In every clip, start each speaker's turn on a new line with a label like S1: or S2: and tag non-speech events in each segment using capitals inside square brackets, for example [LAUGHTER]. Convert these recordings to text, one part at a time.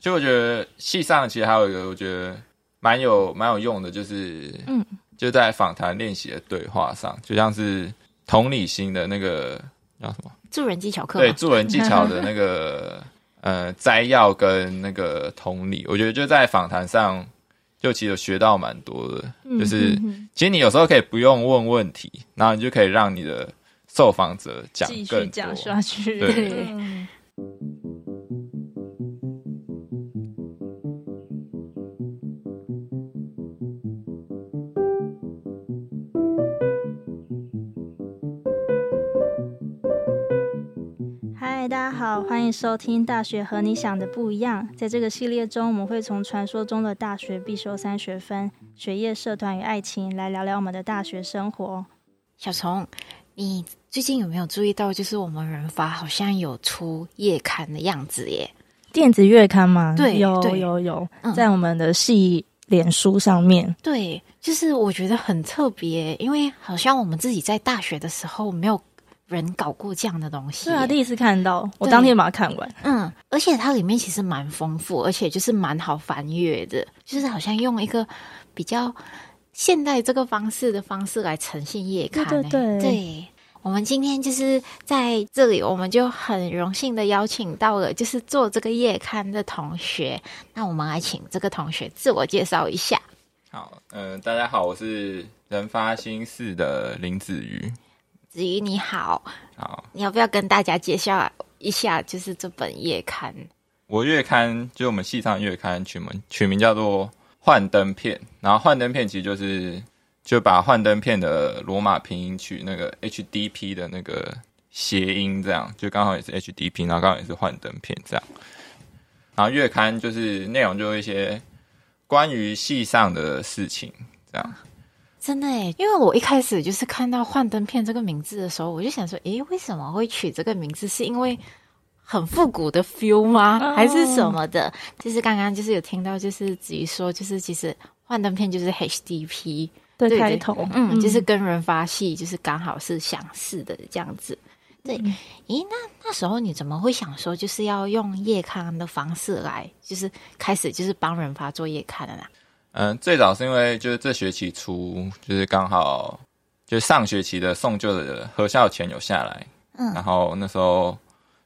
S1: 就我觉得戏上其实还有一个我觉得蛮有蛮有用的，就是
S2: 嗯，
S1: 就在访谈练习的对话上，就像是同理心的那个叫什么？
S2: 助人技巧课
S1: 对
S2: 嘛，
S1: 助人技巧的那
S2: [LAUGHS]
S1: 个呃摘要跟那个同理，我觉得就在访谈上就其实有学到蛮多的，
S2: 嗯
S1: 就是
S2: 嗯嗯
S1: 其实你有时候可以不用问问题，然后你就可以让你的受访者讲
S3: 继续
S1: 更
S3: 讲
S1: 多。
S3: 下去。
S1: 对
S2: 对
S3: 嗯
S4: 嗨，大家好，欢迎收听《大学和你想的不一样》。在这个系列中，我们会从传说中的大学必修三学分、学业、社团与爱情来聊聊我们的大学生活。
S5: 小虫，你最近有没有注意到，就是我们人发好像有出夜刊的样子耶？
S4: 电子月刊嘛，
S5: 对
S4: 有
S5: 对
S4: 有有，
S5: 嗯
S4: 在我们的系脸书上面，
S5: 对，就是我觉得很特别，因为好像我们自己在大学的时候没有人搞过这样的东西
S4: 对
S5: 耶。
S4: 啊，第一次看到，我
S5: 对
S4: 当天把它看完。
S5: 嗯，而且它里面其实蛮丰富，而且就是蛮好翻阅的，就是好像用一个比较现代这个方式的方式来呈现夜刊、
S4: 对
S5: 欸。
S4: 对对
S5: 我们今天就是在这里，我们就很荣幸的邀请到了，就是做这个夜刊的同学。那我们来请这个同学自我介绍一下。
S1: 好，嗯、大家好，我是人发心事的林子瑜。
S5: 子瑜你好，
S1: 好，
S5: 你要不要跟大家介绍一下，就是这本夜刊？
S1: 我月刊就我们系上月刊取名取名叫做《幻灯片》，然后《幻灯片》其实就是就把《幻灯片》的罗马拼音取那个 HDP 的那个谐音，这样就刚好也是 HDP，然后刚好也是幻灯片这样。然后月刊就是内容就一些关于系上的事情，这样。
S5: 真的诶，因为我一开始就是看到“幻灯片”这个名字的时候，我就想说，诶，为什么会取这个名字？是因为很复古的 feel 吗？还是什么的？就是刚刚就是有听到，就是子瑜说，就是其实幻灯片就是 HDP，
S4: 对
S5: 对
S4: 开头，
S5: 嗯，就是跟人发系就是刚好是相似的这样子。对，咦，那那时候你怎么会想说就是要用夜刊的方式来，就是开始就是帮人发做夜刊啊的啦？
S1: 嗯，最早是因为就是这学期初，就是刚好就是上学期的送旧的核校钱有下来，
S5: 嗯
S1: 然后那时候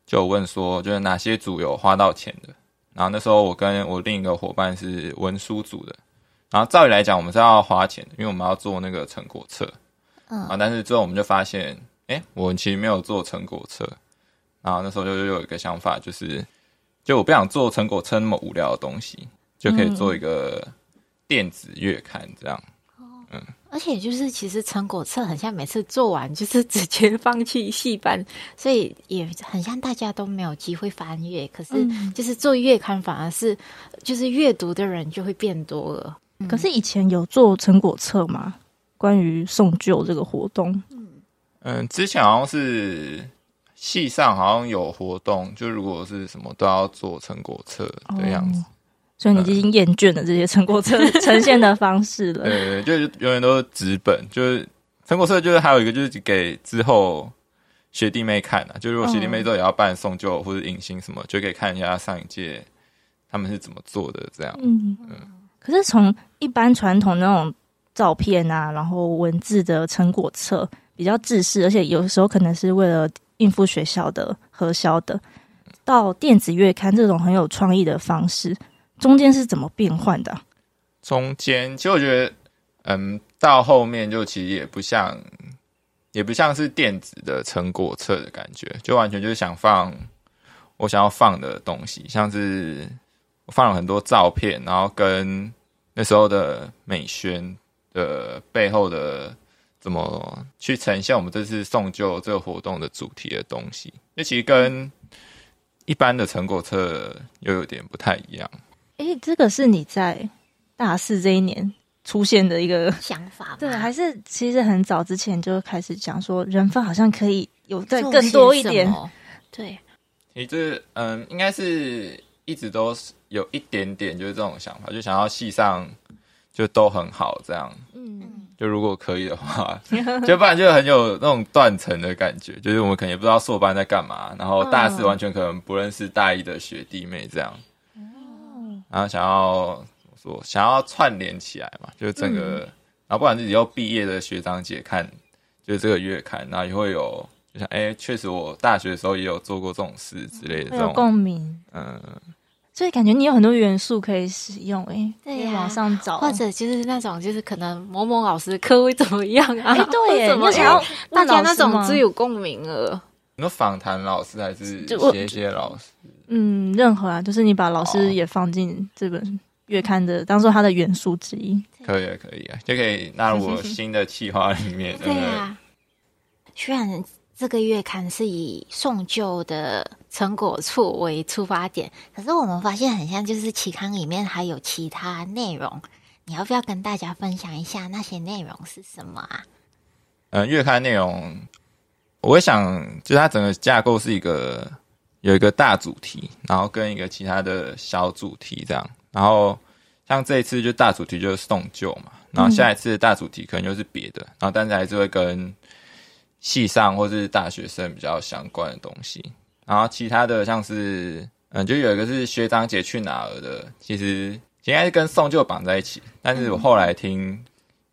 S1: 就有问说，就是哪些组有花到钱的。然后那时候我跟我另一个伙伴是文书组的，然后照理来讲我们是要花钱的，因为我们要做那个成果册，
S5: 嗯
S1: 啊，但是之后我们就发现，哎，我们其实没有做成果册，然后那时候就就有一个想法，就是就我不想做成果册那么无聊的东西，就
S5: 嗯
S1: 可以做一个电子月刊这样。
S5: 而且就是，其实成果册很像每次做完就是 [LAUGHS] 直接放弃戏班，所以也很像大家都没有机会翻阅。可是
S4: 嗯
S5: 就是做月刊，反而是就是阅读的人就会变多了。
S4: 嗯可是以前有做成果册吗？关于送旧这个活动，
S1: 嗯，之前好像是系上好像有活动，就如果是什么都要做成果册的样子。
S4: 所以你已经厌倦了这些成果册呈现的方式了。
S1: 对，就是永远都是纸本，就是成果册，就是还有一个就是给之后学弟妹看的、啊，就如果学弟妹都也要办送旧或者迎新什么，就可以看一下上一届他们是怎么做的这样。
S4: 嗯，可是从一般传统那种照片啊，然后文字的成果册比较制式，而且有时候可能是为了应付学校的核销的，到电子月刊这种很有创意的方式，中间是怎么变换的啊、
S1: 中间，其实我觉得，嗯，到后面就其实也不像，也不像是电子的成果册的感觉，就完全就是想放我想要放的东西，像是我放了很多照片，然后跟那时候的美宣的背后的怎么去呈现我们这次送旧这个活动的主题的东西，那其实跟一般的成果册又有点不太一样。
S4: 诶，这个是你在大四这一年出现的一个
S5: 想法嘛
S4: [LAUGHS] 对，还是其实很早之前就开始讲说，人分好像可以有再
S5: 做
S4: 更
S5: 些
S4: 多一
S5: 什
S4: 点，
S5: 么。对，
S1: 其实就是嗯，应该是一直都是有一点点就是这种想法，就想要戏上就都很好这样。
S4: 嗯，
S1: 就如果可以的
S4: [LAUGHS]
S1: 话，就不然就很有那种断层的感觉，就是我们可能也不知道硕班在干嘛，然后大四完全可能不认识大一的学弟妹这样。
S4: 哦
S1: 然后想要怎么说，想要串联起来嘛，就是整个，
S4: 嗯
S1: 然后不然自己又毕业的学长姐看，就是这个月刊，然后也会有，就像哎，确实我大学的时候也有做过这种事之类的
S4: 会
S1: 这
S4: 有
S1: 种，
S4: 共鸣，
S1: 嗯，
S4: 所以感觉你有很多元素可以使用，哎、
S5: 对
S4: 可以
S5: 呀
S4: 往上找，
S5: 或者就是那种，就是可能某某老师的课会怎么样啊？
S4: 哎对耶
S5: 或什么
S4: 你想要
S5: 因为大家那
S4: 问老师
S5: 种
S4: 吗
S5: 最有共鸣了。
S1: 你说访谈老师还是
S4: 就我
S1: 写写老师？
S4: 嗯，任何啊，就是你把老
S1: 哦
S4: 师也放进这本月刊的，当做它的元素之一。
S1: 可以啊，可以啊，就可以纳入我新的企划里面，对
S5: 对
S1: 不对？
S5: 啊，虽然这个月刊是以送旧的成果处为出发点，可是我们发现很像就是期刊里面还有其他内容。你要不要跟大家分享一下那些内容是什么啊？
S1: 嗯，月刊内容，我会想，就是它整个架构是一个有一个大主题，然后跟一个其他的小主题这样。然后像这一次就大主题就是送旧嘛，然
S4: 嗯
S1: 后下一次的大主题可能就是别的，然后但是还是会跟系上或是大学生比较相关的东西。然后其他的像是，嗯，就有一个是学长姐去哪儿的，其实应该是跟送旧绑在一起，但是
S4: 嗯
S1: 我后来听，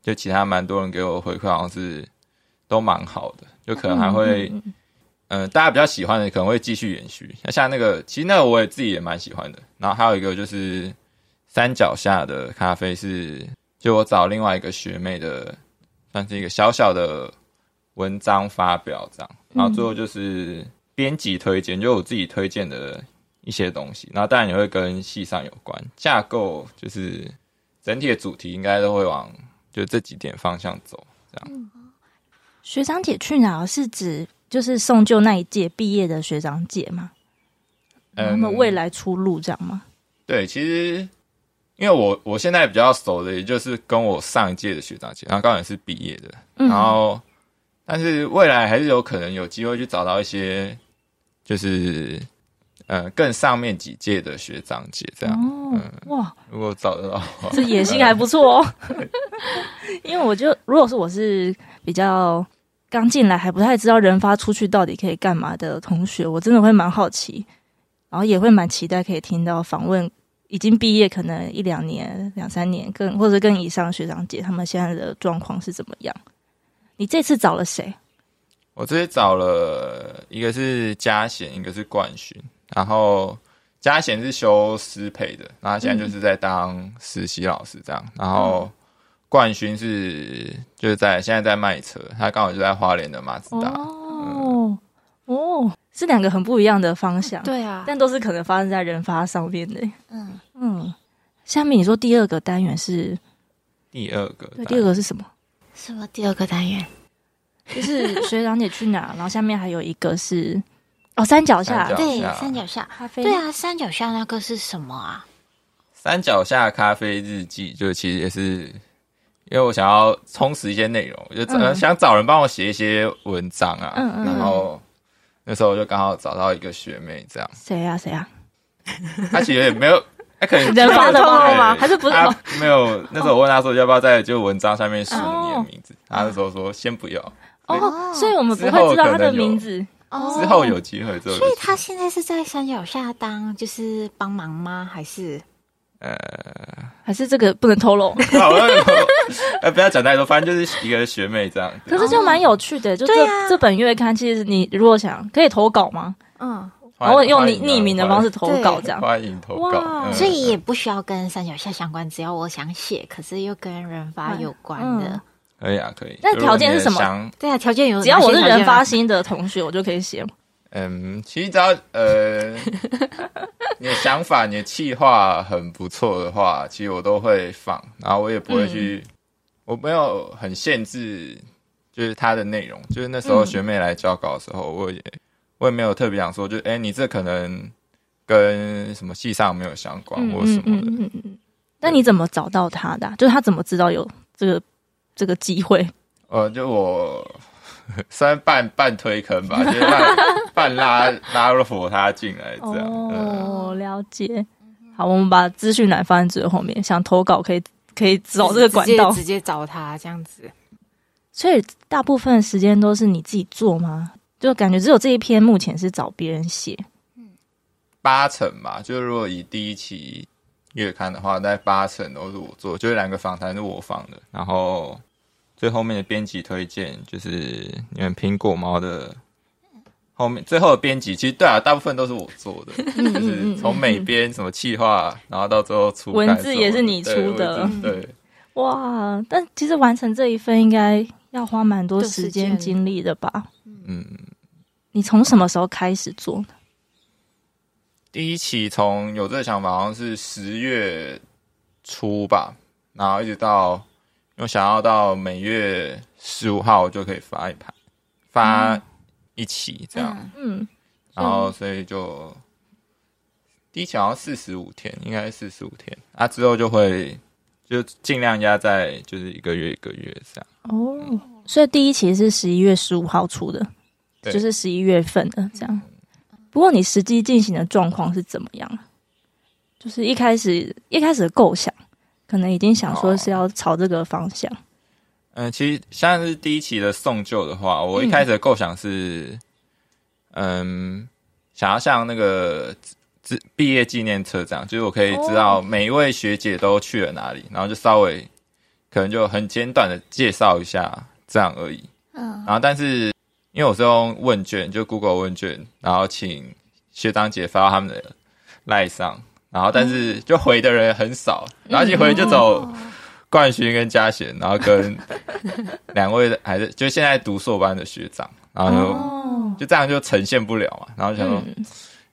S1: 就其他蛮多人给我回馈，好像是都蛮好的，就可能还会，
S4: 嗯嗯
S1: 嗯、大家比较喜欢的可能会继续延续。那像那个，其实那个我也自己也蛮喜欢的。然后还有一个就是山脚下的咖啡是，就我找另外一个学妹的，算是一个小小的文章发表这样。然后
S4: 嗯
S1: 最后就是编辑推荐，就我自己推荐的一些东西。然后当然也会跟系上有关，架构就是整体的主题应该都会往就这几点方向走。
S4: 学长姐去哪儿是指就是送旧那一届毕业的学长姐嘛？
S1: 嗯
S4: 然后嗯他们未来出路这样吗？
S1: 对，其实因为我我现在比较熟的，也就是跟我上一届的学长姐，然后刚好也是毕业的，
S4: 嗯
S1: 然后但是未来还是有可能有机会去找到一些，就是呃更上面几届的学长姐这样，
S4: 哦，哇，
S1: 如果找得到的话，
S4: 这野心还不错哦。 [LAUGHS] 因为我就如果是我是比较刚进来还不太知道人发出去到底可以干嘛的同学，我真的会蛮好奇，然后也会蛮期待可以听到访问已经毕业可能一两年、两三年更或者更以上的学长姐他们现在的状况是怎么样。你这次找了谁？
S1: 我这次找了一个是嘉贤，一个是冠勋，然后嘉贤是修师培的，然后他现在就是在当实习老师这样，然
S4: 嗯
S1: 后冠勋是就是在现在在卖车，他刚好就在花莲的马自达，
S4: 哦哦，是两个很不一样的方向，，
S5: 对啊，
S4: 但都是可能发生在人发上面的。
S5: 嗯，
S4: 嗯，下面你说第二个单元是
S1: 第二个
S4: 对，
S1: 单
S4: 第二个是什么？
S5: 什么第二个单元？
S4: 就是学长姐去哪，然后下面还有一个是哦山脚
S1: 山
S4: 下
S1: 脚
S5: 对
S1: 下，
S5: 山脚下。
S4: 咖啡，
S5: 对，啊，山脚下那个是什么啊？
S1: 三脚下咖啡日记，就其实也是。因为我想要充实一些内容，我就找、
S4: 嗯
S1: 想找人帮我写一些文章啊，
S4: 嗯嗯嗯
S1: 然后那时候我就刚好找到一个学妹这样，
S4: 谁啊谁啊？
S1: 他其实也没有，他可能
S4: [LAUGHS] 人发的
S5: 透露
S4: 吗？
S5: 吗
S4: 还是不哦是？
S1: 他没有，那时候我问他说要不要在就文章下面署你的名字，他那时候说先不要，
S4: 哦，所以我们不
S1: 哎之后
S4: 会知道他
S1: 可
S4: 的
S1: 能有
S4: 名字。
S5: 哦
S1: 之后有机会之后
S5: 所以
S1: 有
S5: 他现在是在山脚下当就是帮忙吗？还是
S4: 还是这个不能透露，
S1: [LAUGHS] 好了，哎不要讲太多，反正就是一个学妹这样。
S4: [LAUGHS] 可是就蛮有趣的。就这
S5: 对啊
S4: 这本月刊，其实你如果想可以投稿吗？
S5: 嗯，
S4: 然后用你匿名的方式投
S5: 对
S4: 稿这样。
S1: 啊欢迎投稿，
S4: 哇
S1: 嗯
S5: 所以也不需要跟山脚下相关，只要我想写，可是又跟人发有关的。
S4: 嗯
S1: 可以啊，可以。
S4: 那条件是什么
S1: 如果你也想
S5: 对啊，条件有哪
S4: 只
S5: 些
S4: 要
S5: 条件
S4: 我
S5: 啊，
S4: 是人发心的同学，我就可以写。
S1: 嗯，其实只要呃，
S4: [LAUGHS]
S1: 你的想法、你的气话很不错的话，其实我都会放，然后我也不会去，
S4: 嗯
S1: 我没有很限制，就是它的内容。就是那时
S4: 嗯
S1: 候学妹来交稿的时候，我也我也没有特别想说，就哎、诶你这可能跟什么系上没有相关、
S4: 嗯
S1: 或什么的。
S4: 嗯嗯嗯。那你怎么找到他的啊、就是他怎么知道有这个这个机会？
S1: 呃，就我 [LAUGHS] 虽然半半推坑吧，就是半半拉拉火他进来这样。嗯
S4: 哦，了解。
S5: 嗯
S4: 好，我们把资讯栏放在最后面，想投稿可以可以找这个管道
S5: 直接直。接找他这样子。
S4: 所以大部分时间都是你自己做吗？就感觉只有这一篇目前是找别人写。
S1: 八成吧，就是如果以第一期月刊的话，大概八成都是我做，就是两个访谈是我放的，然后最后面的编辑推荐就是你们苹果猫的后面最后的编辑，其实对啊，大部分都是我做的，
S4: [LAUGHS] 嗯
S1: 就是从美编什么企划，然后到最后出
S4: 文
S1: 刊
S4: 字
S1: 什么
S4: 也是你
S1: 对
S4: 出的
S1: 文字对。
S4: 哇！但其实完成这一份应该要花蛮多时间
S5: 多时间
S4: 精力的吧？
S1: 嗯，
S4: 你从什么时候开始做呢？
S1: 第一期从有这个想法，好像是十月初吧，然后一直到我想要到每月十五号我就可以发一盘，发一期这样，
S5: 嗯
S4: 嗯，
S1: 然后所以就第一期好像四十五天，应该四十五天啊，之后就会就尽量压在就是一个月一个月这样，
S4: 哦，所以第一期是十一月十五号出的，
S1: 对
S4: 就是十一月份的这样。不过你实际进行的状况是怎么样？就是一开始一开始的构想，可能已经想说是要朝这个方向。
S1: 嗯，其实像是第一期的送旧的话，我一开始的构想是，嗯，想要像那个自毕业纪念册这样，就是我可以知道每一位学姐都去了哪里，然后就稍微可能就很简短的介绍一下这样而已。嗯，然后但是因为我是用问卷，就 Google 问卷，然后请学长姐发到他们的赖上，然后但是就回的人很少，然后一回就走冠勋跟嘉贤，然后跟 [LAUGHS] 两位的还是就现在读硕班的学长，然后就、
S4: 哦，
S1: 就这样就呈现不了嘛，然后想说
S4: 嗯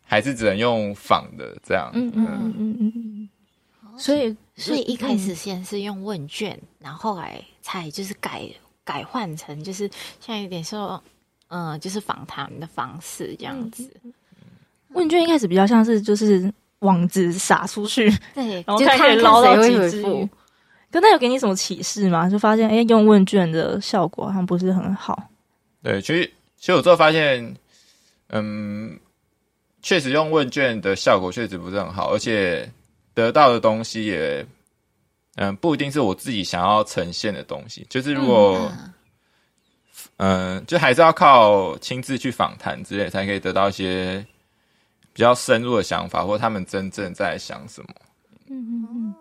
S1: 还是只能用仿的这样，
S4: 嗯嗯嗯嗯嗯嗯嗯，所以
S5: 所以一开始先是用问卷，然后后来才就是改改换成就是像有点说，嗯、就是访谈的方式这样子。
S4: 问卷一开始比较像是就是网子撒出
S5: [LAUGHS]
S4: 去，
S5: 对，
S4: 然后
S5: 就
S4: 看可以
S5: 看
S4: 捞到
S5: 谁
S4: 几
S5: 会
S4: 只
S5: 回
S4: 鱼
S5: 复。
S4: 可那有给你什么启示吗？就发现哎、诶用问卷的效果好像不是很好。
S1: 对，其实其实我最后发现，嗯，确实用问卷的效果确实不是很好，而且得到的东西也，嗯，不一定是我自己想要呈现的东西，就是如果。嗯，就还是要靠亲自去访谈之类，才可以得到一些比较深入的想法，或他们真正在想什么。
S4: 嗯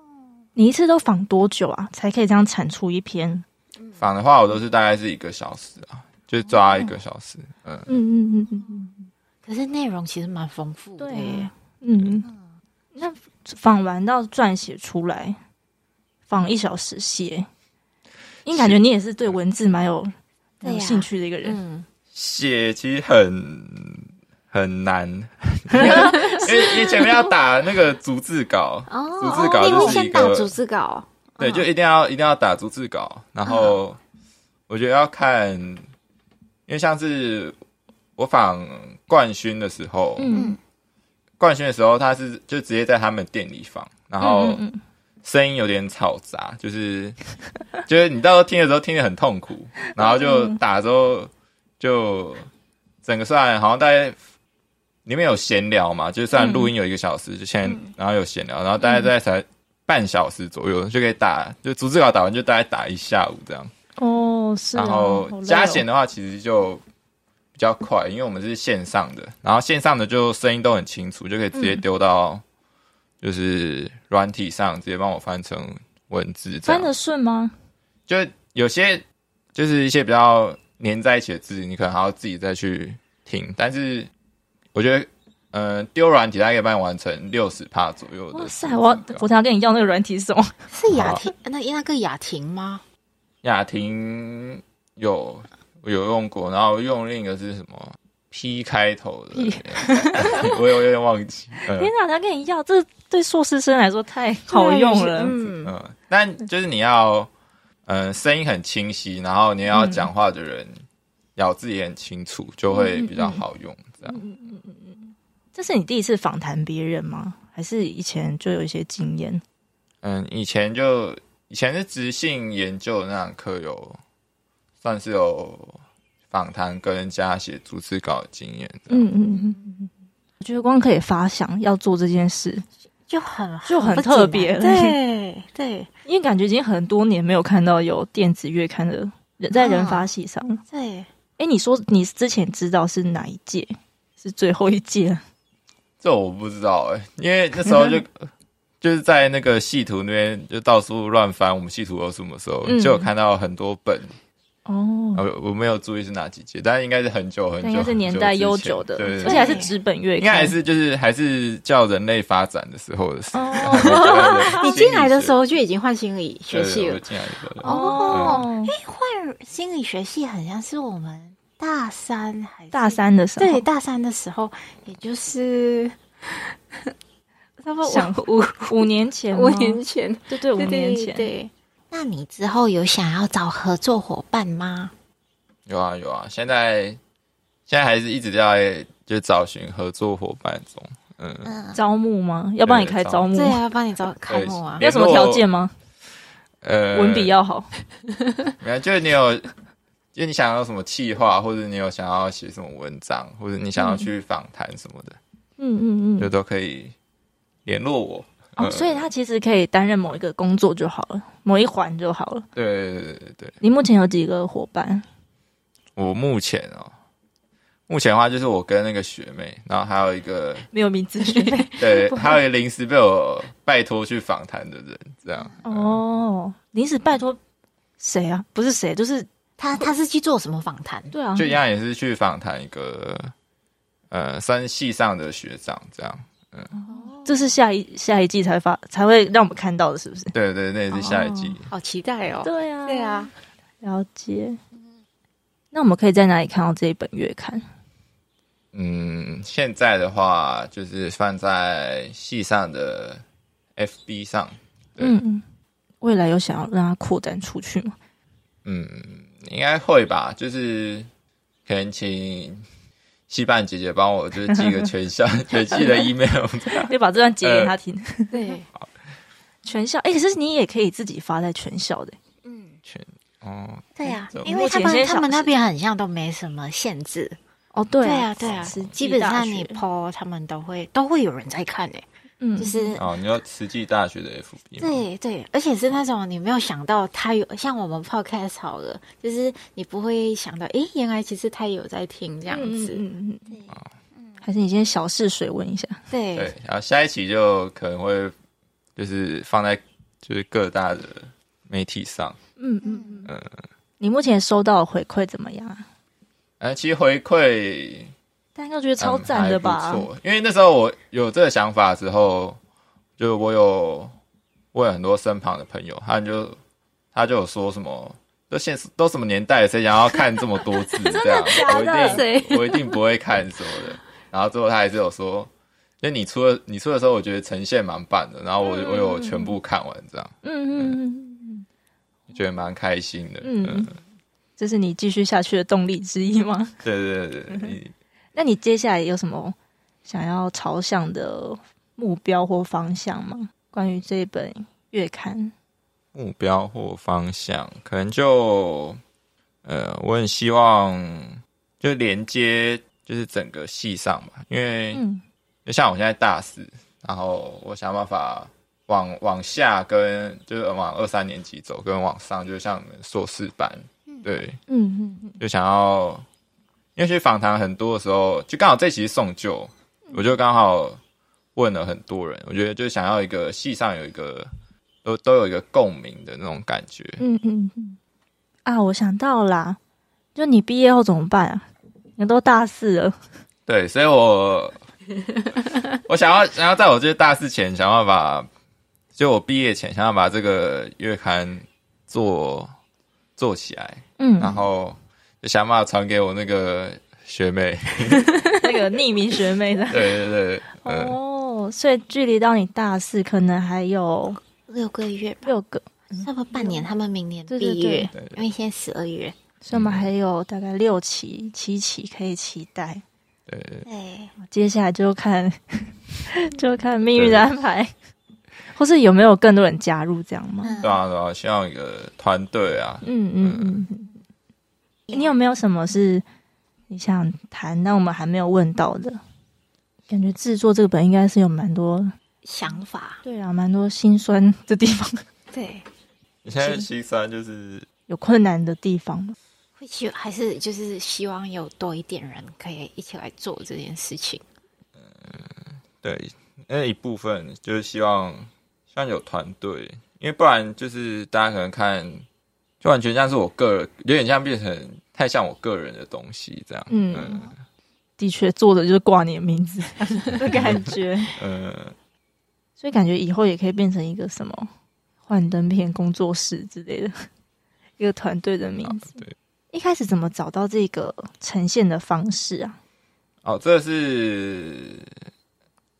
S4: 你一次都访多久啊？才可以这样产出一篇？
S1: 访的话，我都是大概是一个小时啊，就抓一个小时。嗯，
S4: 嗯嗯嗯嗯
S5: 可是内容其实蛮丰富的
S4: 对
S5: 耶，
S4: 嗯嗯。那访完到撰写出来，访一小时写，因为感觉你也是对文字蛮有蛮有
S5: 对呀
S4: 兴趣的一个人，
S5: 嗯，
S1: 写其实很很
S4: [LAUGHS]
S1: 难，因为因为前面要打那个逐字稿，
S4: 嗯
S5: 哦，
S1: 逐字稿
S5: 哦你
S1: 就
S5: 会
S1: 是一
S5: 先打
S1: 个
S5: 逐字稿，
S1: 对，
S5: 嗯
S1: 就一定要一定要打逐字稿，然
S4: 嗯
S1: 后我觉得要看，因为像是我访冠勋的时候，
S4: 嗯，
S1: 冠勋的时候，他是就直接在他们店里放，然后
S4: 嗯嗯嗯
S1: 声音有点吵杂，就是就是你到时候听的时候听得很痛苦，然后就打之后就整个算好像大概里面有闲聊嘛，就是算录音有一个小时之前，然后有闲聊，然后大概在才半小时左右就可以打，就逐字稿打完就大概打一下午这样。
S4: 哦是啊、
S1: 然后
S4: 好累哦
S1: 加险的话，其实就比较快，因为我们是线上的，然后线上的就声音都很清楚，就可以直接丢到
S4: 嗯
S1: 就是软体上，直接帮我翻成文字这
S4: 翻
S1: 样。
S4: 得顺吗？
S1: 就有些就是一些比较粘在一起的字，你可能还要自己再去听，但是我觉得。嗯，丢软体它可以帮你完成六十帕左右的。
S4: 哇塞，我我想要跟你要那个软体
S1: [LAUGHS]
S4: 是什么？
S5: 是雅婷那那个雅婷吗？
S1: 雅婷有有用过，然后用另一个是什么 P 开头的
S4: P，
S1: [LAUGHS] 我有有点忘记。嗯
S4: 天哪，他跟你要，这对硕士生来说太好用了。
S5: 嗯，
S1: 嗯，但就是你要嗯声音很清晰，然后你要讲话的人咬字也很清楚，就会比较好用。这样
S4: 这是你第一次访谈别人吗？还是以前就有一些经验？
S1: 嗯，以前就以前是直性研究的那堂课有算是有访谈跟人家写逐字稿的经验。这样
S4: 嗯嗯嗯嗯，我觉得光可以发想要做这件事，
S5: 就很
S4: 就很
S5: 不简单
S4: 特别
S5: 对对
S4: 因为感觉已经很多年没有看到有电子月刊的人在
S5: 啊
S4: 人发系上了。
S5: 对，
S4: 哎、你说你之前知道是哪一届？是最后一届？
S1: 欸
S4: [LAUGHS]
S1: 这我不知道哎、因为那时候就就是在那个系图那边就到处乱翻，我们系图有什么时候、
S4: 嗯
S1: 就有看到很多本，
S4: 哦，
S1: 呃我没有注意是哪几届，但应该是很久很久，
S4: 那应该是年代
S1: 很之前
S4: 悠久的，
S1: 对对
S4: 而
S1: 对
S4: 且还是纸本月刊，
S1: 应该还是就是还是叫人类发展的时候的
S4: 哦
S1: 事。 [LAUGHS]
S4: [LAUGHS]
S5: 你进来的时
S1: 候
S5: 候就已经换心理学系了
S1: 我。进来的时候
S5: 哦，哎、换心理学系很像是我们大三还是
S4: 大三的时候，
S5: 对，大三的时候，也就是 [LAUGHS] 差不
S4: 想
S5: 多五
S4: 五年前吗，
S5: 五年前，
S4: 对对，五
S5: 对
S4: 年前，
S5: 对。那你之后有想要找合作伙伴吗？
S1: 有啊有啊，现在现在还是一直在就找寻合作伙伴中，嗯，
S5: 嗯，
S4: 招募吗？要帮你
S1: 对
S4: 开
S1: 招
S4: 招募
S5: 对
S4: 吗，
S5: 啊，帮你找开幕啊
S1: [LAUGHS] 对。
S4: 要什么条件吗？
S1: 呃，
S4: 文笔要好，
S1: 没有，就是你有，就是你想要什么企划，或者你有想要写什么文章，或者你想要去访谈什么的，
S4: 嗯嗯
S1: 就
S4: 嗯。
S1: 都可以联络我。
S4: 哦，
S1: 嗯
S4: 所以他其实可以担任某一个工作就好了，某一环就好了。
S1: 对对对对对，
S4: 你目前有几个伙伴？
S1: 我目前哦，目前的话就是我跟那个学妹，然后还有一个
S4: 没有名字学
S1: 对，还有一个临时被我拜托去访谈的人，这样。
S4: [LAUGHS] 哦，临时拜托谁啊？不是谁，就是
S5: 他他是去做什么访谈？
S4: 对啊
S1: 就，一样也是去访谈一个呃三系上的学长，这样。
S4: 这是下一下一季才发才会让我们看到的，是不是？
S1: 对对，那也是下一季。
S5: 好期待哦！
S4: 对啊，
S5: 对啊，，
S4: 了解。那我们可以在哪里看到这一本月刊？
S1: 嗯，现在的话就是放在系上的 FB 上。对
S4: 嗯嗯，未来有想要让它扩展出去 [LAUGHS] 吗？
S1: 嗯，应该会吧，就是可能请戏办姐姐帮我，就是寄个全校 [LAUGHS] 全系的 email。
S4: 就把这段截
S1: 呃
S4: 给他听。
S5: 对，
S4: 全校，哎、可是你也可以自己发在全校的、
S5: 嗯，
S1: 全哦，
S5: 对呀、
S1: 嗯
S5: 因为他
S4: 目前先
S5: 们他们
S4: 小
S5: 那边很像都没什么限制。
S4: 哦，对
S5: 对啊，对啊
S4: 实，际
S5: 基本
S4: 大
S5: 上
S4: 学
S5: 你 PO 他们都会都会有人在看欸诶，
S4: 嗯，
S5: 就是
S1: 哦，你说慈济大学的 FB 吗？
S5: 对对，而且是那种你没有想到他有像我们 podcast 好了，就是你不会想到，诶，原来其实他也有在听这样子。
S4: 嗯嗯嗯嗯，还是你先小试水温一下。
S5: 对
S1: 对，然后下一期就可能会就是放在就是各大的媒体上。
S4: 嗯嗯嗯，你目前收到的回馈怎么样啊？
S1: 呃，其实回馈
S4: 大家应该觉得超赞的吧
S1: 嗯还？不错，因为那时候我有这个想法之后，就我有我有很多身旁的朋友，他就他就有说什么。都现实都什么年代了，谁想要看这么多
S4: [LAUGHS]
S1: 字这样？我一定我一定不会看什么的。然后最后他还是有说，就你出了你出的时候，我觉得呈现蛮棒的。然后我我有全部看完，这样
S4: 嗯嗯嗯，
S1: 觉得蛮开心的。
S4: 嗯
S1: 嗯，
S4: 这是你继续下去的动力之一吗？
S1: 对对
S4: 嗯
S1: 对对，
S4: [LAUGHS] 那你接下来有什么想要朝向的目标或方向吗？关于这本月刊，
S1: 目标或方向，可能就呃，我很希望就连接就是整个系上吧，因为
S4: 嗯
S1: 就像我现在大四，然后我想办法往往下跟就是往二三年级走，跟往上，就像你们硕士班，对，
S4: 嗯嗯嗯，
S1: 就想要，因为去访谈很多的时候，就刚好这期是送旧，我就刚好问了很多人，我觉得就想要一个戏上有一个都都有一个共鸣的那种感觉。
S4: 嗯嗯嗯，啊，我想到啦，就你毕业后怎么办啊？你都大四了，
S1: 对，所以我我想要想要在我这大四前，想要把就我毕业前，想要把这个月刊做做起来，
S4: 嗯，
S1: 然后就想办法传给我那个学妹。
S4: 那个匿名学妹的
S1: 对对对，嗯。
S4: 哦，所以距离到你大四可能还有
S5: 六个月吧，
S4: 六个，
S5: 差不多半年，他们明年
S4: 嗯对对
S5: 毕业
S1: 嗯对对，
S5: 因为现在十二月。
S4: 所以我们还有大概六期、七期可以期待。
S5: 对，
S4: 接下来就看 [LAUGHS] 就看命运的安排，或是有没有更多人加入这样吗？
S5: 嗯
S1: 对啊，对啊，希望有个团队啊，
S4: 嗯嗯嗯嗯。你有没有什么是你想谈，但我们还没有问到的？感觉制作这个本应该是有蛮多，
S5: 想法
S4: 对啊，蛮多心酸的地方， [LAUGHS]
S5: 对，
S1: 你现在西三就是
S4: 有困难的地方吗？
S5: 会希还是就是希望有多一点人可以一起来做这件事情。
S1: 对，那一部分就是希望像有团队，因为不然就是大家可能看，就完全像是我个人，有点像变成太像我个人的东西这样。
S4: 嗯
S1: 嗯
S4: 的确做的就是挂你的名字的 [LAUGHS] 感觉，
S1: 呃
S4: 所以感觉以后也可以变成一个什么幻灯片工作室之类的一个团队的名
S1: 啊
S4: 字。
S1: 对。
S4: 一开始怎么找到这个呈现的方式啊？
S1: 哦，这是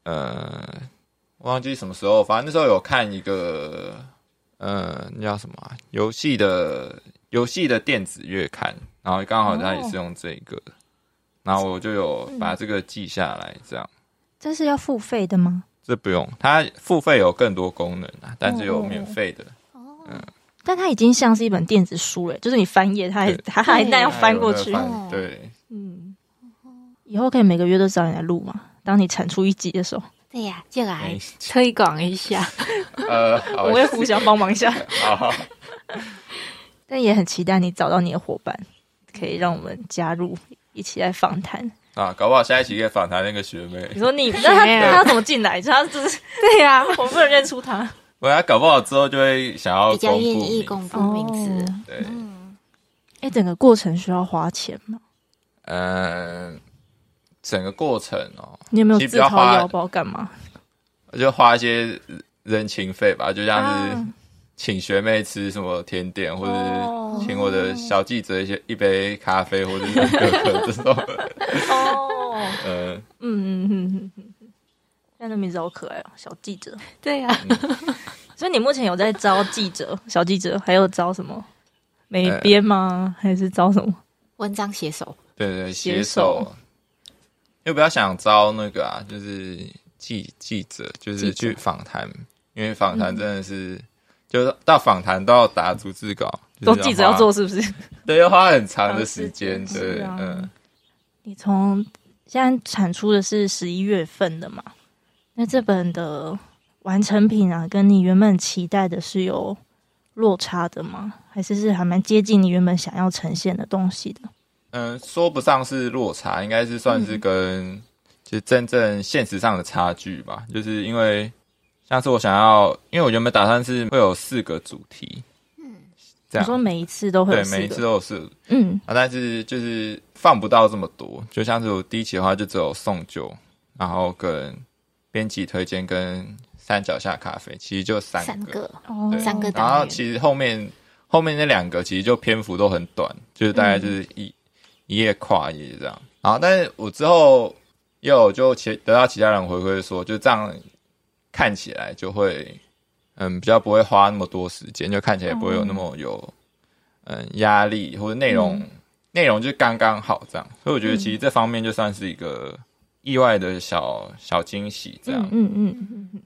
S1: 呃，忘记什么时候，反正那时候有看一个呃，那叫什么啊游、戏的游戏的电子月刊，然后刚好他也是
S5: 哦
S1: 用这个，然后我就有
S5: 嗯
S1: 把这个记下来，这样。
S4: 这是要付费的吗？
S1: 这不用，它付费有更多功能啊，但是有
S4: 哦
S1: 免费的，
S4: 但它已经像是一本电子书了，就是你翻页，它还
S1: 对
S4: 它还那样翻过去
S1: 还。有那个
S5: 哦
S1: 翻对，
S4: 嗯，以后可以每个月都找你来录嘛？当你产出一集的时候，
S5: 对呀、就来
S1: 没
S5: 推广
S1: [LAUGHS]
S5: 一下。
S1: 呃，
S5: [LAUGHS]
S1: 好
S4: 我会互相帮忙一下。
S1: [LAUGHS] 好，
S4: 但也很期待你找到你的伙伴，可以让我们加入一起来访谈。
S1: 啊，搞不好下一期可以访谈那个学妹 [LAUGHS]
S4: 你，说你，那他
S5: 谁啊
S4: 他要怎么进来？他就是
S5: 对呀、
S4: [LAUGHS] 我不能认出他。
S1: 我要搞不好之后就会想要
S5: 比较
S1: 公
S5: 愿
S1: 布
S5: 意
S1: 名
S5: 公
S1: 字
S5: 布名字。
S4: 哦
S1: 对，
S4: 哎，整个过程需要花钱吗？
S1: 嗯，整个过程哦，
S4: 你有没有
S1: 其实
S4: 自
S1: 不要
S4: 掏
S1: 花
S4: 腰包干嘛？
S1: 就花一些人情费吧，就像是
S4: 啊
S1: 请学妹吃什么甜点，或
S4: 哦
S1: 者请我的小记者一些一杯咖啡，或者是可可
S4: [LAUGHS]
S1: 这种。
S4: 哦，
S1: 嗯，
S4: 嗯嗯嗯嗯嗯嗯，那那名字好可爱哦，小记者。
S5: 对呀、
S1: 嗯
S4: 所以你目前有在招记者、 [LAUGHS] 小记者，还有招什么美编吗？还是招什么？
S5: 文章写手
S1: 对对对，
S4: 写
S1: 写手
S4: 手，
S1: 又不要想招那个啊，就是记记者，就是
S4: 记者
S1: 去访谈，因为访
S4: 嗯
S1: 谈真的是，就是到访谈到打逐字稿，就
S4: 都
S1: 是
S4: 记者要
S1: 花
S4: 做，是不是？
S1: 对，要花很长的
S4: 长
S1: 时
S4: 时
S1: 间
S4: 间，
S1: 对
S4: 是啊，
S1: 嗯。
S4: 你从现在产出的是十一月份的嘛？那这本的完成品啊，跟你原本期待的是有落差的吗？还是是还蛮接近你原本想要呈现的东西的？
S1: 嗯，说不上是落差，应该是算
S4: 嗯
S1: 是跟、其实真正现实上的差距吧。就是因为像是我想要，因为我原本打算是会有四个主题，嗯，这
S4: 你说
S1: 样
S4: 每一次都会
S1: 对
S4: 有，四
S1: 每一
S4: 个
S1: 次都有四个
S4: 嗯，
S1: 啊，但是就是放不到这么多。就像是我第一期的话，就只有送酒，然后跟编辑推荐跟山脚下咖啡，其实就三
S5: 三
S1: 个
S5: 个，
S4: 哦
S1: 对，啊
S5: 三个
S1: 然后
S5: 单元
S1: 其实后面后面那两个其实就篇幅都很短，就是大概就是一、
S5: 嗯
S1: 一页跨页这样。然后，但是我之后也有就其得到其他人回馈说，就这样看起来就会嗯比较不会花那么多时间，就看起来也不会有那么有、嗯压力或者内容、
S5: 嗯
S1: 内容就刚刚好这样。所以我觉得其实这方面就算是一个意外的小小惊喜这样。
S4: 嗯嗯嗯嗯嗯嗯，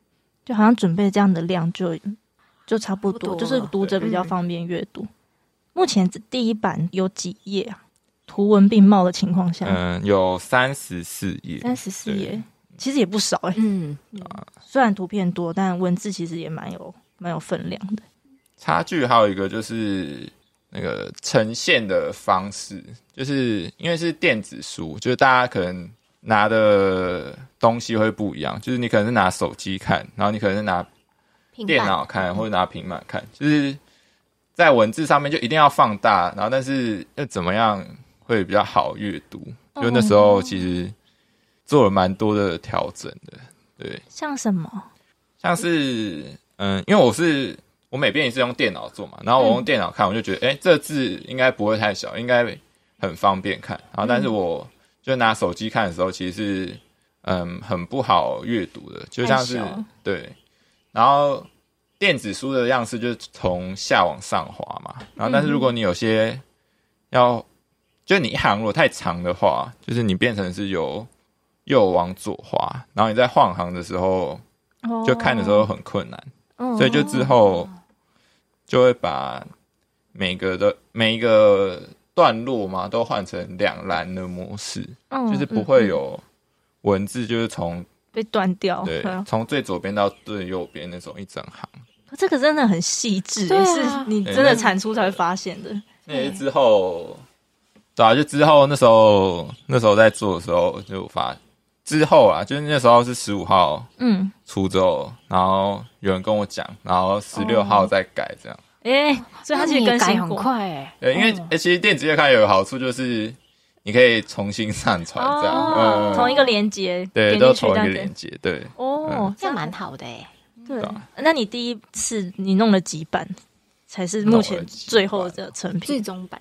S4: 就好像准备这样的量就就差不多，嗯
S5: 差不多
S4: 就是读者比较方便阅读。目前只第一版有几页啊？图文并茂的情况下，
S1: 嗯，有三十四页，
S4: 三十四
S1: 对
S4: 页，其实也不少哎、
S5: 嗯，
S4: 虽然图片多，但文字其实也蛮有蛮有分量的。
S1: 差距还有一个就是那个呈现的方式，就是因为是电子书，就是大家可能拿的东西会不一样，就是你可能是拿手机看，然后你可能是拿
S5: 平
S1: 电
S5: 板
S1: 脑看或者拿平板看，就是在文字上面就一定要放大，然后但是要怎么样会比较好阅读？就那时候其实做了蛮多的调整的，对。
S4: 像什么？
S1: 像是嗯，因为我是我每遍也是用电脑做嘛，然后
S4: 嗯
S1: 我用电脑看，我就觉得哎、诶这字应该不会太小，应该很方便看。然
S4: 嗯
S1: 后但是我就拿手机看的时候，其实是嗯很不好阅读的，就像是
S4: 太小
S1: 对，然后。电子书的样式就是从下往上滑嘛，然后但
S4: 嗯
S1: 是如果你有些要，就你一行如果太长的话，就是你变成是由右往左滑，然后你在换行的时候，就看的时候很困难，
S4: 哦，
S1: 所以就之后就会把每个的每一个段落嘛都换成两栏的模式，
S4: 嗯
S1: 就是不会有文字就是从
S4: 被断掉。
S1: 对
S4: 啊
S1: 从最左边到最右边那种一整行。
S4: 可这个真的很细致、欸
S5: 对啊
S4: 是你真
S1: 对哎那
S4: 的产出才会发现的。
S1: 那也是之后，对啊，就之后那时候那时候在做的时候就发之后啊，就是那时候是十五号
S4: 嗯，
S1: 出之后，然后有人跟我讲，然后十六
S4: 哦
S1: 号再改这样。
S4: 哎、所以它
S5: 那
S4: 其实
S5: 你
S4: 更
S5: 改
S4: 新
S5: 很
S4: 过
S5: 快哎、
S1: 对，因为、
S4: 哦
S1: 欸其实电子月刊有个好处就是你可以重新上传这样，
S4: 哦，
S1: 嗯
S4: 同一个连接，
S1: 对，
S4: 点
S1: 都
S4: 进去
S1: 同一个
S4: 这样子
S1: 连接，对，
S4: 哦，
S1: 嗯
S5: 这样蛮好的哎、
S4: 对
S1: 对啊。
S4: 那你第一次你弄了几版，才是目前最后的成品？
S5: 终版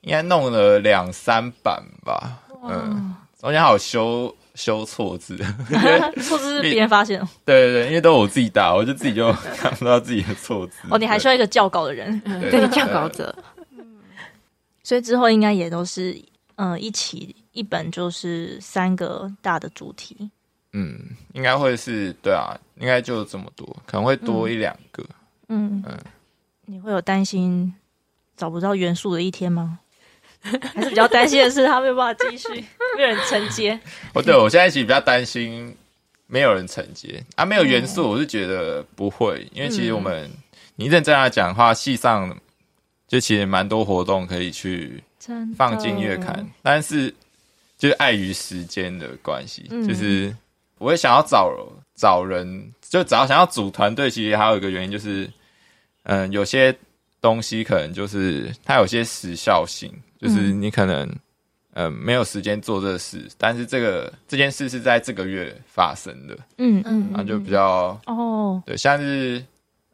S1: 应该弄了两三版吧，嗯，中间还有修修错字，
S4: 错字是别人发现哦
S1: 对对对，因为都我自己打，我就自己
S4: [LAUGHS]
S1: 就看不到自己的错字。
S4: 哦，你还需要一个校稿的人，
S1: 对
S5: 对，这样搞者
S4: 所以之后应该也都是呃一起一本就是三个大的主题，
S1: 嗯，应该会是对啊，应该就这么多，可能会多一两个。
S4: 嗯
S1: 嗯
S4: 你会有担心找不到元素的一天吗？还是比较担心的是他没有办法继 [LAUGHS] 续，没有人承接。
S1: 哦，对，我现在其实比较担心没有人承接啊，没有元素，我是觉得不会，因为其实我们、你认真来讲的话，系上就其实蛮多活动可以去
S4: 真的
S1: 放进月刊，但是就是碍于时间的关系，
S4: 嗯
S1: 就是我会想要找找人，就只要想要组团队，其实还有一个原因就是，嗯，有些东西可能就是它有些时效性，就是
S4: 嗯
S1: 你可能。呃，没有时间做这事，但是这个这件事是在这个月发生的，
S4: 嗯嗯，
S5: 嗯
S1: 然后就比较
S4: 哦，
S1: 对，像是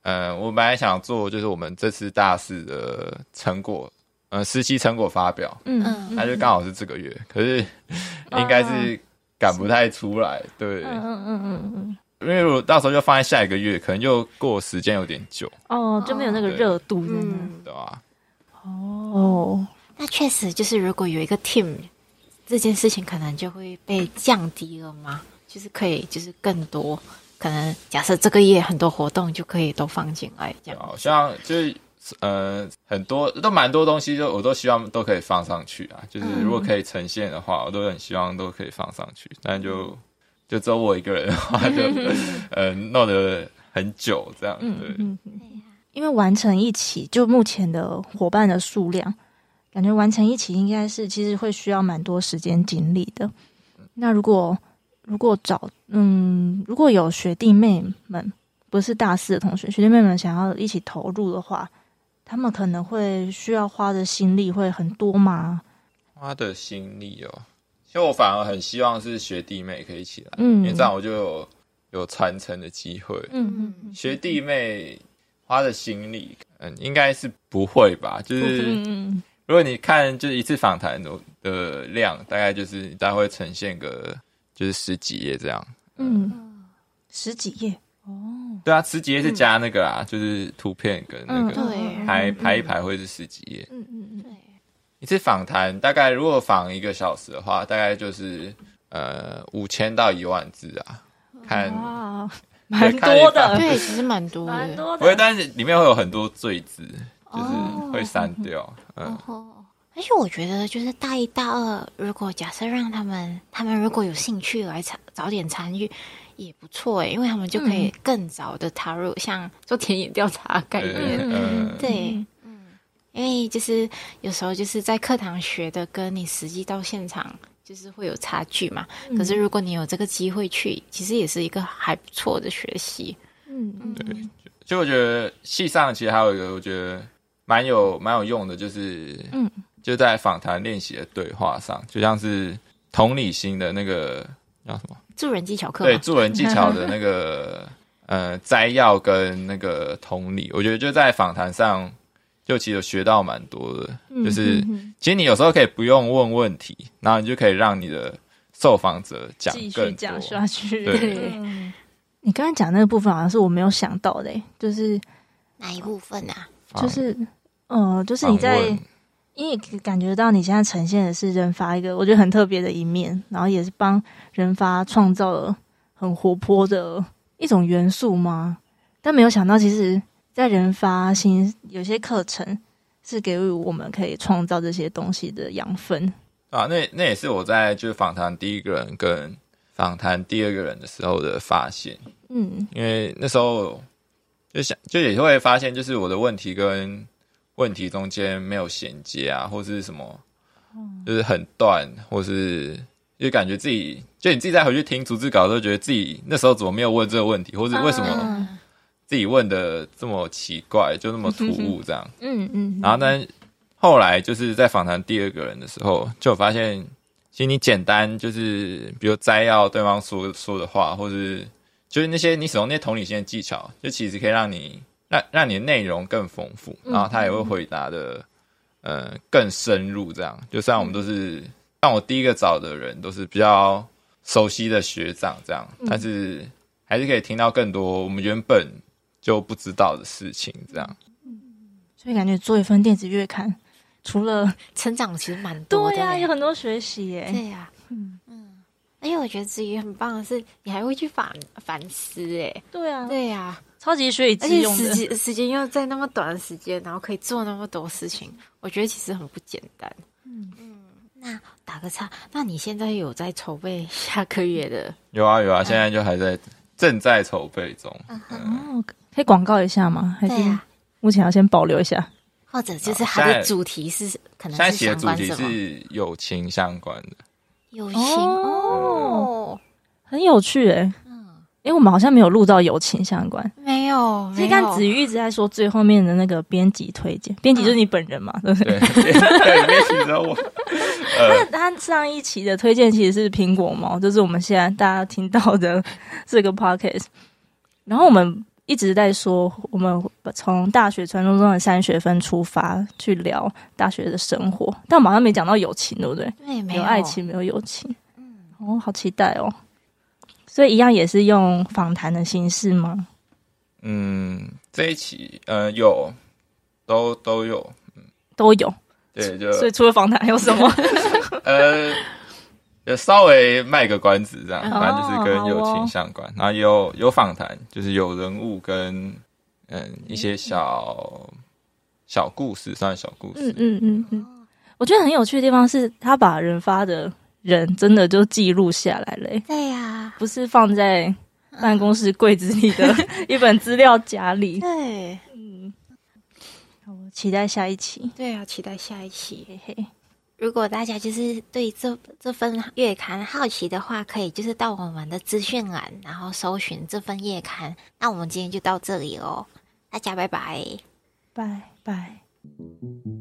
S1: 呃，我本来想做就是我们这次大四的成果，呃，实习成果发表，
S4: 嗯
S5: 嗯
S1: 那就刚好是这个月，可是应该是赶不太出来，对，
S4: 嗯嗯嗯嗯嗯，
S1: 因为我到时候就放在下一个月，可能就过时间有点久，
S4: 哦，就没有那个
S1: 对
S4: 热度在那。
S5: 嗯，
S1: 对吧？
S4: 哦，
S5: 那确实就是如果有一个 team，这件事情可能就会被降低了嘛，就是可以就是更多，可能假设这个月很多活动就可以都放进来这
S1: 对
S5: 样。
S1: 啊，像就是呃，很多都蛮多东西都我都希望都可以放上去啊，就是
S4: 嗯
S1: 如果可以呈现的话，我都很希望都可以放上去，但就
S4: 嗯
S1: 就只有我一个人的话，
S4: [LAUGHS]
S1: 就呃弄得很久这样，
S4: 嗯
S1: 对。
S4: 嗯嗯，因为完成一起，就目前的伙伴的数量，感觉完成一起应该是其实会需要蛮多时间精力的。那如果如果找嗯，如果有学弟妹们不是大四的同学，学弟妹们想要一起投入的话，他们可能会需要花的心力会很多吗？
S1: 花的心力哦，其实我反而很希望是学弟妹可以一起来，
S4: 嗯
S1: 因为这样我就有有传承的机会。
S4: 嗯嗯
S1: 学弟妹花的心力，嗯，应该是不会吧？就是
S4: 嗯嗯
S1: 如果你看就是一次访谈的的量，大概就是大概会呈现个就是十几页这样。
S4: 嗯嗯，十几页，
S1: 对啊，十几页是加那个啊，就是图片跟那
S5: 嗯
S1: 个
S5: 对
S1: 排排一排会是十几页。
S4: 嗯嗯嗯
S5: 对，
S1: 一次访谈大概如果访一个小时的话，大概就是呃五千到一万字啊，看
S4: 哇，
S1: 对
S4: 蛮
S1: 看一
S4: 多
S1: 半
S4: 的，
S5: 对，其实蛮多
S4: 蛮
S5: 的。
S4: 多
S1: 不会，
S4: 的。
S1: 但是里面会有很多罪字，就是
S5: 哦
S1: 会删掉。嗯，
S5: 哦，而且我觉得就是大一、大二，如果假设让他们，他们如果有兴趣来参早点参与，也不错欸诶，因为他们就可以更早的踏入，像做田野调查的概
S1: 对
S5: 念。
S1: 嗯
S5: 对，嗯，因为就是有时候就是在课堂学的，跟你实际到现场就是会有差距嘛。
S4: 嗯
S5: 可是如果你有这个机会去，其实也是一个还不错的学习。
S4: 嗯嗯
S1: 对，就我觉得戏上其实还有一个我觉得蛮有蛮有用的，就是
S4: 嗯，
S1: 就在访谈练习的对话上，就像是同理心的那个叫什么？
S5: 助人技巧课
S1: 对，
S5: 嘛，
S1: 助人技巧的那个呃摘要跟那个同理，我觉得就在访谈上就其实有学到蛮多的，就是。
S4: 嗯
S1: 其实你有时候可以不用问问题，然后你就可以让你的受访者讲
S4: 继续
S1: 更
S4: 讲
S1: 多。
S4: 下去。
S1: 对
S4: 嗯你刚才讲那个部分好像是我没有想到的、欸就是
S5: 哪一部分啊？
S1: 访
S4: 就是呃，就是你
S1: 访
S4: 在
S1: 问
S4: 因为感觉到你现在呈现的是人发一个我觉得很特别的一面，然后也是帮人发创造了很活泼的一种元素吗？但没有想到，其实，在人发新有些课程是给予我们可以创造这些东西的养分。
S1: 啊，那那也是我在就是访谈第一个人跟访谈第二个人的时候的发现，
S4: 嗯
S1: 因为那时候就想就也会发现，就是我的问题跟问题中间没有衔接啊，或是什么，就是很断，或是就感觉自己，就你自己再回去听逐字稿，都觉得自己那时候怎么没有问这个问题，或者为什
S5: 啊
S1: 么
S4: 嗯
S1: 自己问的这么奇怪，就那么突兀这样。
S4: 嗯嗯，
S1: 然后但后来就是在访谈第二个人的时候，就有发现，其实你简单就是比如摘要对方说说的话，或是就是那些你使用那些同理心的技巧，就其实可以让你让让你的内容更丰富，然后他也会回答的呃更深入。这样，就虽然我们都是，但我第一个找的人都是比较熟悉的学长这样，但是还是可以听到更多我们原本就不知道的事情这样。
S4: 所以感觉做一份电子乐刊，除了
S5: 成长其实蛮多的
S4: [LAUGHS]
S5: 欸
S4: 对啊
S5: 嘞。
S4: 呀、有很多学习耶、
S5: 对呀、嗯嗯。而且我觉得子瑜很棒的是，你还会去反反思哎，
S4: 对啊，
S5: 对呀、
S4: 超级学以致
S5: 而且
S4: 用
S5: 时
S4: 的，
S5: 间时间又在那么短的时间，然后可以做那么多事情，我觉得其实很不简单。
S4: 嗯
S5: 嗯，那打个岔，那你现在有在筹备下个月的？
S1: 有啊有啊，现在就还在正在筹备中。
S4: 哦，可以广告一下吗？还是
S5: 对呀、
S4: 目前要先保留一下？
S5: 或者就是
S1: 好
S5: 它
S1: 哦现
S5: 的
S1: 在
S5: 主题是可
S1: 现在
S5: 能是
S1: 写的
S5: 相
S1: 主
S5: 关
S1: 题
S5: 什么？
S1: 是友情相关的，
S5: 友情
S4: 哦
S5: 哦，
S4: 很有趣哎、
S5: 嗯，
S4: 因为我们好像没有录到友情相关。
S5: 没有，
S4: 其实
S5: 没
S4: 刚
S5: 有，
S4: 子瑜一直在说最后面的那个编辑推荐，编辑就是你本人嘛，对不对？
S1: 对， [LAUGHS] 对，没写着我。
S4: 那他上一期的推荐其实是苹果猫，就是我们现在大家听到的这个 podcast。然后我们一直在说，我们从大学传说中的三学分出发去聊大学的生活，但我们好像没讲到友情，对不对？
S5: 对，没
S4: 有爱情，没有友情。嗯，哦，好期待哦。所以一样也是用访谈的形式吗？
S1: 嗯，这一期呃有，都都有，
S4: 都有。
S1: 对，就
S4: 所以除了访谈还有什么？
S1: 呃，就稍微卖个关子这样，
S4: 哦
S1: 反正就是跟友
S4: 好哦
S1: 情相关，然后也有有访谈，就是有人物跟嗯一些小小故事，算小故
S4: [LAUGHS] 嗯
S1: 事，
S4: 嗯嗯嗯，我觉得很有趣的地方是，他把人发的人真的就记录下来了、欸
S5: 对呀，
S4: 不是放在办公室柜子里的一本资料夹里。
S5: 对
S4: 嗯，好我 [LAUGHS] 期待下一期。
S5: 对啊，期待下一期。 [LAUGHS]
S4: 嘿嘿，
S5: 如果大家就是对这这份月刊好奇的话，可以就是到我们的资讯栏，然后搜寻这份月刊。那我们今天就到这里哦，大家拜拜。
S4: 拜拜。
S2: Thank